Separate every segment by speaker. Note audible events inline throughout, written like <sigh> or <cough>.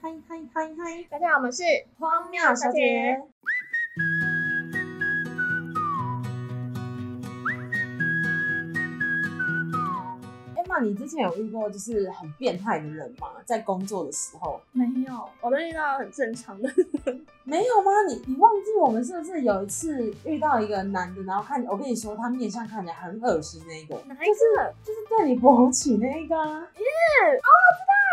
Speaker 1: 欢迎欢迎，
Speaker 2: 大家好，我们是
Speaker 1: 荒谬小姐。哎妈，你之前有遇过就是很变态的人吗？在工作的时候
Speaker 2: 没有，我都遇到很正 <laughs> 常的。
Speaker 1: 没有吗？你你忘记我们是不是有一次遇到一个男的，然后看我跟你说他面相看起来很恶心那一个，
Speaker 2: 哪一个？
Speaker 1: 就是对你勃起那一个啊，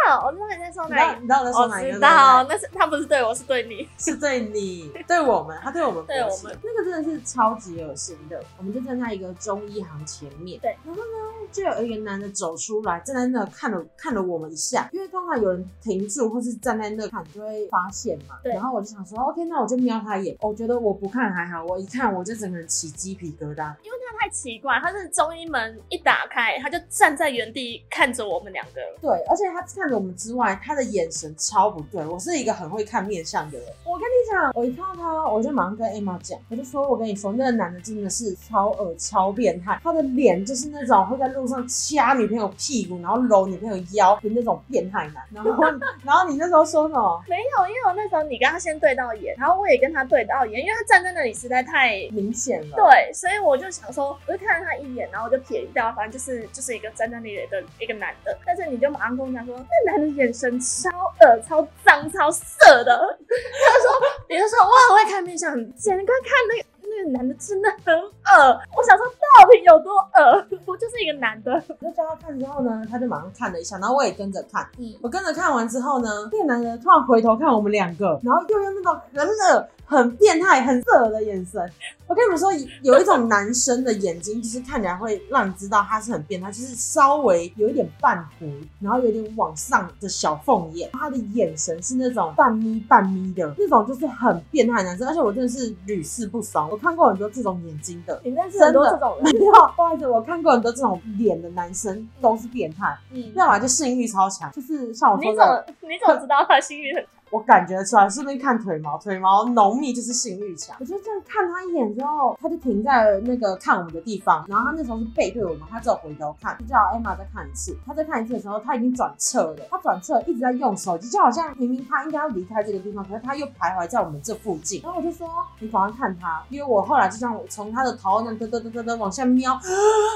Speaker 2: 啊，我知道你在说
Speaker 1: 你知道
Speaker 2: 哪里。
Speaker 1: 你哦知道我在说
Speaker 2: 我
Speaker 1: 哪一个
Speaker 2: 哦知
Speaker 1: 对不对
Speaker 2: 道，那是他不是对我，是对你。
Speaker 1: 是对你，对我们，他对我们，
Speaker 2: 对我们，
Speaker 1: 那个真的是超级恶心的。我们就站在一个中医行前面，
Speaker 2: 对，
Speaker 1: 然后呢，就有一个男的走出来，站在那看了看了我们一下，因为通常有人停住或是站在那看，就会发现嘛。
Speaker 2: 对
Speaker 1: 然后我就想说，OK，那我就瞄他一眼。我觉得我不看还好，我一看我就整个人起鸡皮疙瘩。
Speaker 2: 他太奇怪，他是中医门一打开，他就站在原地看着我们两个。
Speaker 1: 对，而且他看着我们之外，他的眼神超不对。我是一个很会看面相的人。我跟你讲，我一看到他，我就马上跟 Emma 讲，我就说，我跟你说，那个男的真的是超恶、超变态，他的脸就是那种会在路上掐女朋友屁股，然后揉女朋友腰的那种变态男。然后，然后你那时 <laughs> 候说什么？
Speaker 2: 没有，因为我那时候你跟他先对到眼，然后我也跟他对到眼，因为他站在那里实在太
Speaker 1: 明显了，，
Speaker 2: 对，所以我就想说，我就看了他一眼，然后我就撇掉，反正就是就是一个站在那里的一个男的，但是你就马上跟我讲说，那男的眼神超恶、超脏、超色的。 <laughs> 他就说，你就说，哇，我会看面相，简直跟看那个。那个男的真的很恶，我想说到底有多恶？ <laughs> 不就是一个男的？
Speaker 1: 我就叫他看之后呢，他就马上看了一下，然后我也跟着看。
Speaker 2: 嗯，
Speaker 1: 我跟着看完之后呢，那个男的突然回头看我们两个，然后又用那种很恶、很变态、很色的眼神。我跟你们说，有一种男生的眼睛，就是看起来会让你知道他是很变态，就是稍微有一点半弧，然后有点往上的小凤眼。他的眼神是那种半眯半眯的那种，就是很变态的男生。而且我真的是屡试不爽，我看过很多这种眼睛 <laughs> 的。
Speaker 2: 你认识
Speaker 1: 真
Speaker 2: 很多
Speaker 1: 的
Speaker 2: 这种
Speaker 1: 没 <laughs>
Speaker 2: 人？
Speaker 1: 有，不好意思，我看过很多这种脸的男生都是变态，
Speaker 2: 嗯，
Speaker 1: 要么就性欲超强，就是像我
Speaker 2: 你
Speaker 1: 说
Speaker 2: 怎
Speaker 1: 的，
Speaker 2: 么你怎么知道他性欲很？
Speaker 1: 我感觉出来，顺便看腿毛，腿毛浓密就是性欲强。我就这样看他一眼之后，他就停在那个看我们的地方，然后他那时候是背对我们，他只有回头看，就叫 Emma 再看一次。他再看一次的时候，他已经转侧了，他转侧一直在用手机，就好像明明他应该要离开这个地方，可是他又徘徊在我们这附近。然后我就说：“你赶快看他，因为我后来就这样从他的头那样嘚嘚嘚嘚嘚往下瞄，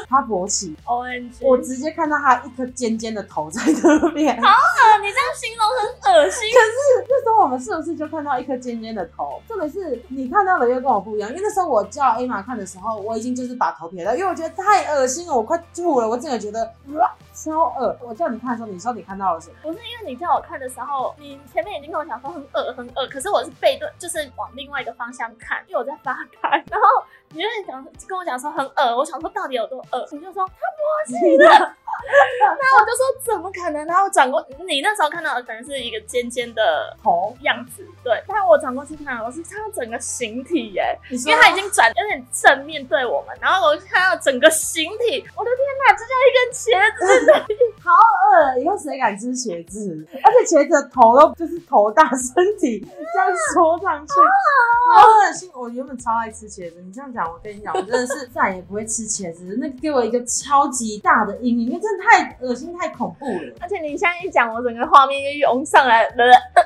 Speaker 1: 他勃起，
Speaker 2: O N G！
Speaker 1: 我直接看到他一颗尖尖的头在那边。”
Speaker 2: 哦你这样形容很恶心。
Speaker 1: 那时候我们是不是就看到一颗尖尖的头？特别是你看到的又跟我不一样，因为那时候我叫 A 玛看的时候，我已经就是把头撇掉，因为我觉得太恶心了，我快吐了，我真的觉得哇超恶。我叫你看的时候，你说你看到了什么？
Speaker 2: 不是因为你叫我看的时候，你前面已经跟我讲说很恶很恶，可是我是背对，就是往另外一个方向看，因为我在发呆。然后你就讲跟我讲说很恶，我想说到底有多恶，你就说他勃起了。然后我就说怎么可能？然后我转过，你那时候看到的可能是一个尖尖的
Speaker 1: 头，
Speaker 2: 样子，对。但我转过去看，我是看到整个形体耶、
Speaker 1: 你说
Speaker 2: 因为他已经转有点正面对我们，然后我就看到整个形体，我的天哪，这像一根茄子！
Speaker 1: 饿，以后谁敢吃茄子？而且茄子的头都就是头大身体这样缩上去，好恶心！我原本超爱吃茄子，你这样讲，我跟你讲，我真的是再也不会吃茄子，那给我一个超级大的阴影，因为真的太恶心、太恐怖了。
Speaker 2: 而且你现在一讲，我整个画面就涌上来了。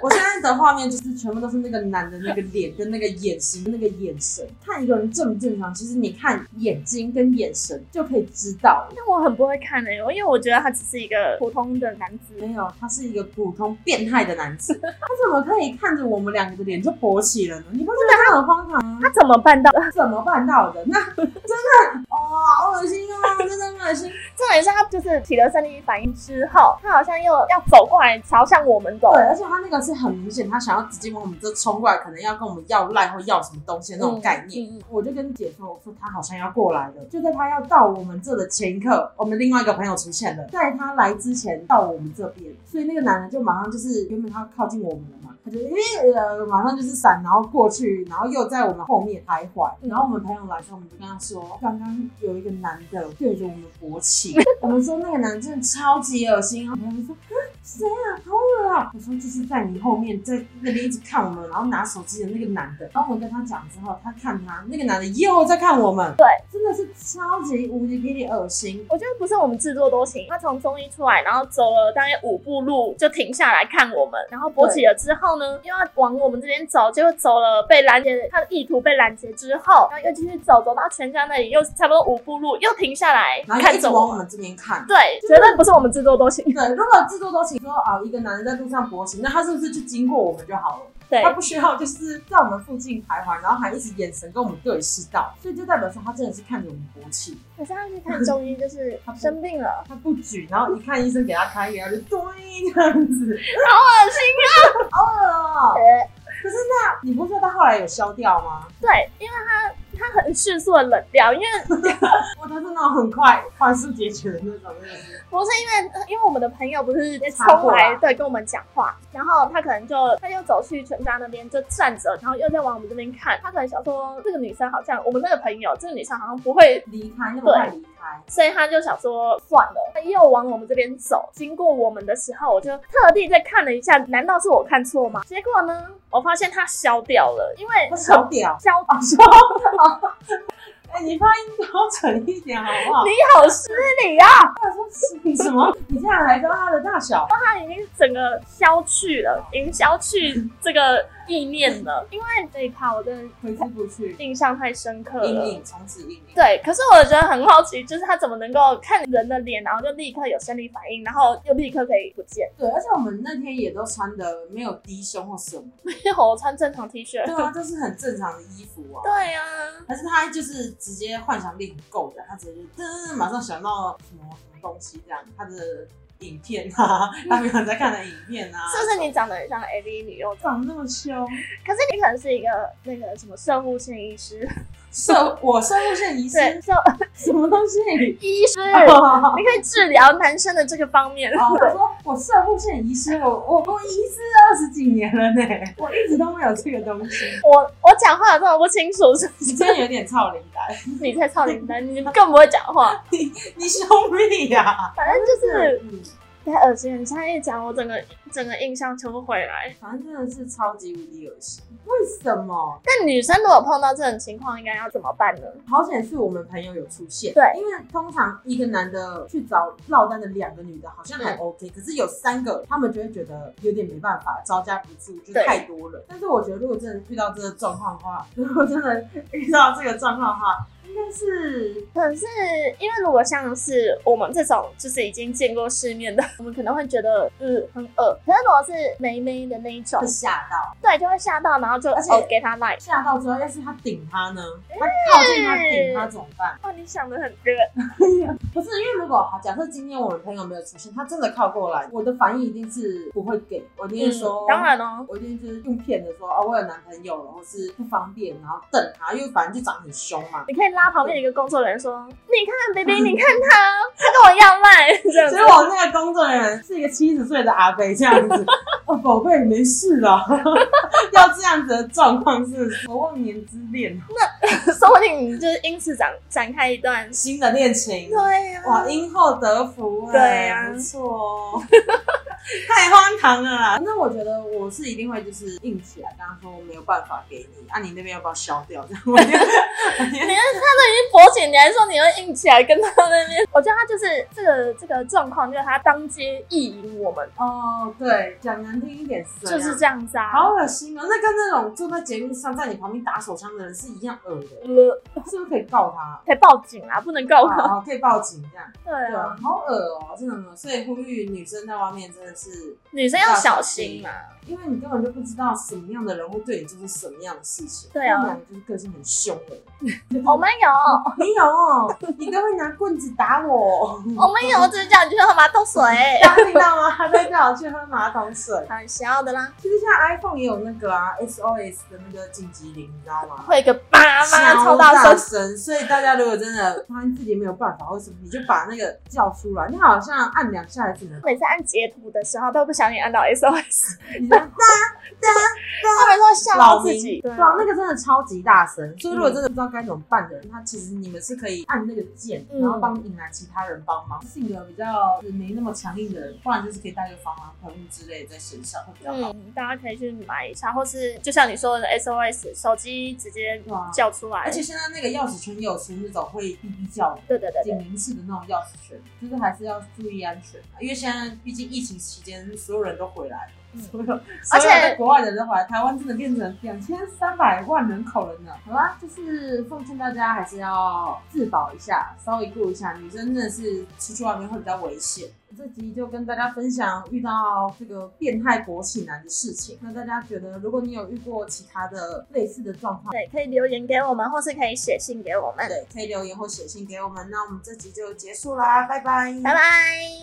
Speaker 1: 我现在的画面就是全部都是那个男的那个脸跟那个眼型、那个眼神。看一个人正不正常，其实你看眼睛跟眼神就可以知道了。
Speaker 2: 但我很不会看的、欸，因为我觉得他只是一个普通的男子。
Speaker 1: 没有，他是一个普通变态的男子，他怎么可以看着我们两个的脸就勃起了呢？你不觉得他很荒唐吗？
Speaker 2: 他怎么办到的？ <laughs>
Speaker 1: 他怎么办到的？那真的哦，好恶心啊，真的很恶心。
Speaker 2: 重点是他就是起了生理反应之后，他好像又要走过来朝向我们走。
Speaker 1: 对，而且他那个是很明显，他想要直接往我们这冲过来，可能要跟我们要赖或要什么东西的那种概念。
Speaker 2: 嗯嗯嗯
Speaker 1: 我就跟姐说，我说他好像要过来了。就在他要到我们这的前一刻，我们另外一个朋友出现了，在他来之前到我们这边，所以那个男的就马上就是原本他靠近我们了嘛，他就诶、呃，马上就是闪，然后过去，然后又在我们后面徘徊。
Speaker 2: 嗯
Speaker 1: 然后我们朋友来的时候，我们就跟他说，刚刚有一个男的对着我们勃起，我们说那个男的真的超级恶心啊，然后我们说。啊谁啊？好恶啊！我说就是在你后面，在那边一直看我们，然后拿手机的那个男的。然后我们跟他讲之后，他看他那个男的又在看我们，
Speaker 2: 对，
Speaker 1: 真的是超级无敌霹雳恶心。
Speaker 2: 我觉得不是我们自作多情，他从中医出来，然后走了大概五步路就停下来看我们，然后勃起了之后后呢，又要往我们这边走，结果走了被拦截，他的意图被拦截之后，然后又继续走，走到全家那里，又差不多五步路，又停下来
Speaker 1: 然后就
Speaker 2: 看
Speaker 1: 一直
Speaker 2: 着
Speaker 1: 往
Speaker 2: 我
Speaker 1: 我
Speaker 2: 们。
Speaker 1: 们这边看。
Speaker 2: 对，绝对不是我们自作多情。
Speaker 1: 对，如果制作都请说啊，一个男人在路上勃起，那他是不是就经过我们就好了？
Speaker 2: 对
Speaker 1: 他，不需要就是在我们附近徘徊，然后还一直眼神跟我们对视到，所以就代表说他真的是看着我们勃起，
Speaker 2: 可是他去看中医，就是
Speaker 1: <laughs> 他不
Speaker 2: 生病了，
Speaker 1: 他不举，然后一看医生给他开药就对这样子，
Speaker 2: 好恶心啊
Speaker 1: <laughs> 好恶哦、
Speaker 2: 呃
Speaker 1: 可是那你不是说他后来有消掉吗？
Speaker 2: 对，因为他他很迅速的冷掉，因为
Speaker 1: 哇，哦他是那种很快快速解决的那种，真的是
Speaker 2: 不是因为，因为我们的朋友不是
Speaker 1: 插
Speaker 2: 冲
Speaker 1: 过来
Speaker 2: 来对跟我们讲话，然后他可能就他就走去全家那边就站着，然后又在往我们这边看，他可能想说这个女生好像我们那个朋友这个女生好像不会。
Speaker 1: 离开那么快离开，
Speaker 2: 所以他就想说算了，他又往我们这边走。经过我们的时候，我就特地再看了一下，难道是我看错吗？结果呢，我发现他消掉了，因为 <laughs>
Speaker 1: 他消掉。
Speaker 2: 消
Speaker 1: 啊，消掉。哎、你发音标准一点好不好？
Speaker 2: 你好失礼啊！
Speaker 1: 你什么？你竟然还知道它的大小？
Speaker 2: 他已经整个消去了，已经消去这个意念了。因为这一趴我真的
Speaker 1: 挥之不去，
Speaker 2: 印象太深刻
Speaker 1: 阴
Speaker 2: 了。
Speaker 1: 影从此阴影。
Speaker 2: 对，可是我觉得很好奇，就是他怎么能够看人的脸，然后就立刻有生理反应，然后又立刻可以不见？ <laughs>
Speaker 1: 对，而且我们那天也都穿的没有低胸或什么，
Speaker 2: 因为我穿正常 T 恤。
Speaker 1: 对啊，就是很正常的衣服啊。
Speaker 2: 对啊，
Speaker 1: 但是他就是直接幻想力很够的，他直接就噔马上想到什么什么东西这样，他的影片啊，他平常在看的影片啊，
Speaker 2: 是不是你长得很像 AV 女优？
Speaker 1: 长那么凶？
Speaker 2: 可是你可能是一个那个什么射护线医师，
Speaker 1: 射我射物线遗失
Speaker 2: 对，就
Speaker 1: 什么东西？
Speaker 2: 医师，
Speaker 1: <laughs> 哦，
Speaker 2: 你可以治疗男生的这个方面。
Speaker 1: 我说我射物线遗失，我我我遗失二十几年了呢，我一直都没有这个东西。
Speaker 2: 我我讲话有这么不清楚，是不
Speaker 1: 你
Speaker 2: 是？
Speaker 1: 真的有点超龄呆，
Speaker 2: 你在操林丹，你更不会讲话，
Speaker 1: 你兄弟呀、
Speaker 2: 反正就是
Speaker 1: 嗯，
Speaker 2: 太恶心了。你现在一讲，我整个整个印象全部回来。
Speaker 1: 反正真的是超级无敌恶心。为什么？
Speaker 2: 但女生如果碰到这种情况，应该要怎么办呢？
Speaker 1: 好险是我们朋友有出现，
Speaker 2: 对
Speaker 1: 因为通常一个男的去找落单的两个女的，好像还
Speaker 2: 嗯
Speaker 1: OK，、可是有三个，他们就会觉得有点没办法，招架不住，就是
Speaker 2: 对
Speaker 1: 太多了。但是我觉得，如果真的遇到这个状况的话， <laughs> 如果真的遇到这个状况的话，应该是
Speaker 2: 可是因为如果像是我们这种就是已经见过世面的， <laughs> 我们可能会觉得嗯很恶。可是如果是妹妹的那一种
Speaker 1: 会，吓到，
Speaker 2: 对，就会吓到，然后就
Speaker 1: 而且
Speaker 2: 哦给他赖。
Speaker 1: 吓到之后，要是他顶他呢，他靠近他
Speaker 2: 嗯
Speaker 1: 顶他怎么办？
Speaker 2: 哦，你想的很热，
Speaker 1: 不是，因为如果好，假设今天我们朋友没有出现，他真的靠过来，我的反应一定是不会给，
Speaker 2: 嗯
Speaker 1: 我一定是说，
Speaker 2: 当，然哦，
Speaker 1: 我一定就是用骗的说，哦，我有男朋友了，或是不方便，然后瞪他，因为反正就长得很凶嘛。
Speaker 2: 你可以拉旁边一个工作人员说，你看 <laughs> baby，你看他，他跟我要赖，这样子
Speaker 1: 所以。我那个工作人员是一个七十岁的阿伯，这样
Speaker 2: <laughs>
Speaker 1: 子，哦，宝贝，没事了， <laughs> 要这样子的状况是我忘年之恋，
Speaker 2: 说不定你就是因此展展开一段。
Speaker 1: 新的恋情，
Speaker 2: 对呀、
Speaker 1: 哇，因祸得福、哎，
Speaker 2: 对啊
Speaker 1: 不错哦， <laughs> 太荒唐了啦。那我觉得我是一定会就是硬起来，跟他说我没有办法给你，啊，你那边要不要消掉？这 <laughs> 样我觉得我觉得
Speaker 2: 你看他都已经勃起，你还说你会硬起来跟他那边？我觉得他就是这个这个状况，就是他当街意淫我们，
Speaker 1: 哦，对，讲难听一点是
Speaker 2: 就是
Speaker 1: 这
Speaker 2: 这
Speaker 1: 样。
Speaker 2: 样子啊。
Speaker 1: 好恶心哦！那跟那种坐在节目上在你旁边打手枪的人是一样恶的，
Speaker 2: 呃，
Speaker 1: 是不是可以告他？
Speaker 2: 可以报警啊，不能告他。
Speaker 1: 好，可以报警这样。
Speaker 2: 对
Speaker 1: 对啊
Speaker 2: 啊，，
Speaker 1: 好恶哦，真的很恶。所以呼吁女生在外面真的是
Speaker 2: 女生要小心嘛。
Speaker 1: 因为你根本就不知道什么样的人会对你做出什么样的事情。
Speaker 2: 对啊
Speaker 1: 他们两个就是个性很凶的。
Speaker 2: 我们哦 <laughs> 有，
Speaker 1: 没有，哦你都会拿棍子打我。
Speaker 2: 我们哦有，只是叫你去喝马桶水，
Speaker 1: 大家听到吗？他在叫我去喝马桶水。
Speaker 2: 很笑的啦。
Speaker 1: 其实现在 iPhone 也有那个啊，SOS 的那个紧急铃，你知道吗？
Speaker 2: 会个爸妈
Speaker 1: 超
Speaker 2: 超大声，
Speaker 1: 声，所以大家如果真的发现自己没有办法或什么，你就把那个叫出来。你好像按两下还是能，
Speaker 2: 每次按截图的时候都不小心按到 SOS，
Speaker 1: 你知道
Speaker 2: 他们都会吓到
Speaker 1: 老
Speaker 2: 自
Speaker 1: 民
Speaker 2: 己。
Speaker 1: 对
Speaker 2: 啊
Speaker 1: 啊，那个真的超级大声。所以如果真的不知道该怎么办的人，他其实你们是可以按那个键，
Speaker 2: 嗯
Speaker 1: 然后帮引来其他人帮忙。性格比较没那么强硬的人，不然就是可以带个防狼喷雾之类的在身上会比较好。
Speaker 2: 嗯，大家可以去买一下，或是就像你说的 SOS 手机直接
Speaker 1: 对啊
Speaker 2: 叫出来，
Speaker 1: 而且现在那个钥匙圈也有出那种会哔哔叫的。
Speaker 2: 对对对
Speaker 1: 警
Speaker 2: 对，
Speaker 1: 铃式的那种钥匙圈，就是还是要注意安全啊因为现在毕竟疫情期间所有人都回来了，所有，
Speaker 2: 而
Speaker 1: 所
Speaker 2: 且
Speaker 1: 有在国外的人回来台湾，真的变成两千三百万人口了呢。好啦，就是奉劝大家还是要自保一下，稍微顾一下，女生真的是出去外面会比较危险。这集就跟大家分享遇到这个变态国企男的事情。那大家觉得，如果你有遇过其他的类似的状况，
Speaker 2: 对，可以留言给我们，或是可以写信给我们。嗯
Speaker 1: 对，可以留言或写信给我们。那我们这集就结束啦，拜拜，
Speaker 2: 拜拜。